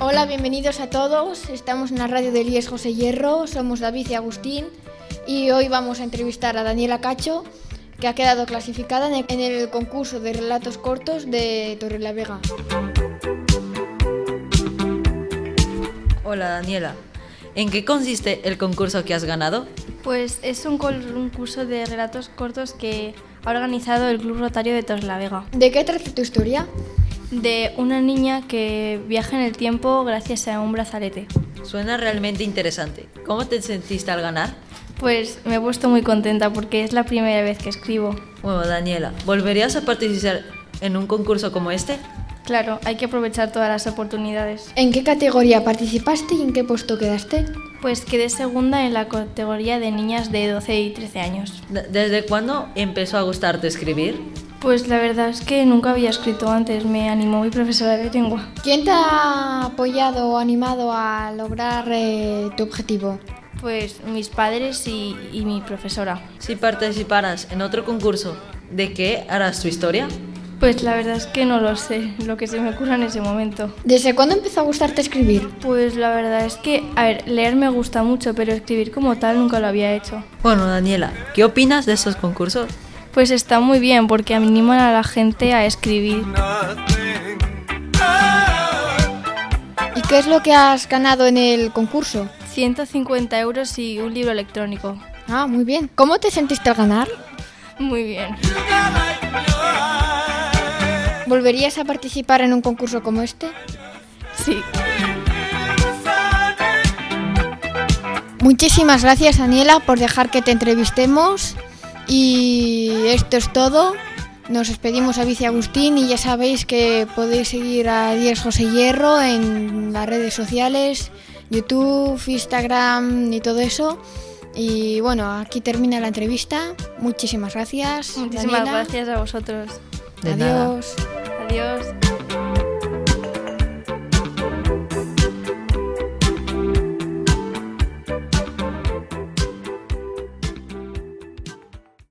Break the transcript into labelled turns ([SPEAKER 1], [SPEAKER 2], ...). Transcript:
[SPEAKER 1] Hola, bienvenidos a todos. Estamos en la radio de IES José Hierro, somos David y Agustín y hoy vamos a entrevistar a Daniela Cacho, que ha quedado clasificada en el- en el concurso de relatos cortos de Torrelavega.
[SPEAKER 2] Hola Daniela, ¿en qué consiste el concurso que has ganado?
[SPEAKER 3] Pues es un concurso de relatos cortos que ha organizado el Club Rotario de Toslavega.
[SPEAKER 1] ¿De qué trata tu historia?
[SPEAKER 3] De una niña que viaja en el tiempo gracias a un brazalete.
[SPEAKER 2] Suena realmente interesante. ¿Cómo te sentiste al ganar?
[SPEAKER 3] Pues me he puesto muy contenta porque es la primera vez que escribo.
[SPEAKER 2] Bueno Daniela, ¿volverías a participar en un concurso como este?
[SPEAKER 3] Claro, hay que aprovechar todas las oportunidades.
[SPEAKER 1] ¿En qué categoría participaste y en qué puesto quedaste?
[SPEAKER 3] Pues quedé segunda en la categoría de niñas de 12 y 13 años.
[SPEAKER 2] D- ¿Desde cuándo empezó a gustarte escribir?
[SPEAKER 3] Pues la verdad es que nunca había escrito antes, me animó mi profesora de lengua.
[SPEAKER 1] ¿Quién te ha apoyado o animado a lograr eh, tu objetivo?
[SPEAKER 3] Pues mis padres y, y mi profesora.
[SPEAKER 2] Si participaras en otro concurso, ¿de qué harás tu historia?
[SPEAKER 3] Pues la verdad es que no lo sé, lo que se me ocurra en ese momento.
[SPEAKER 1] ¿Desde cuándo empezó a gustarte escribir?
[SPEAKER 3] Pues la verdad es que, a ver, leer me gusta mucho, pero escribir como tal nunca lo había hecho.
[SPEAKER 2] Bueno Daniela, ¿qué opinas de estos concursos?
[SPEAKER 3] Pues está muy bien porque animan a la gente a escribir.
[SPEAKER 1] ¿Y qué es lo que has ganado en el concurso?
[SPEAKER 3] 150 euros y un libro electrónico.
[SPEAKER 1] Ah, muy bien. ¿Cómo te sentiste al ganar?
[SPEAKER 3] Muy bien.
[SPEAKER 1] ¿Volverías a participar en un concurso como este?
[SPEAKER 3] Sí.
[SPEAKER 1] Muchísimas gracias, Daniela, por dejar que te entrevistemos. Y esto es todo. Nos despedimos a Vice Agustín y ya sabéis que podéis seguir a Díez José Hierro en las redes sociales, YouTube, Instagram y todo eso. Y bueno, aquí termina la entrevista. Muchísimas gracias.
[SPEAKER 3] Muchísimas
[SPEAKER 1] Daniela.
[SPEAKER 3] gracias a vosotros.
[SPEAKER 2] De
[SPEAKER 1] Adiós.
[SPEAKER 2] nada.
[SPEAKER 3] Adiós.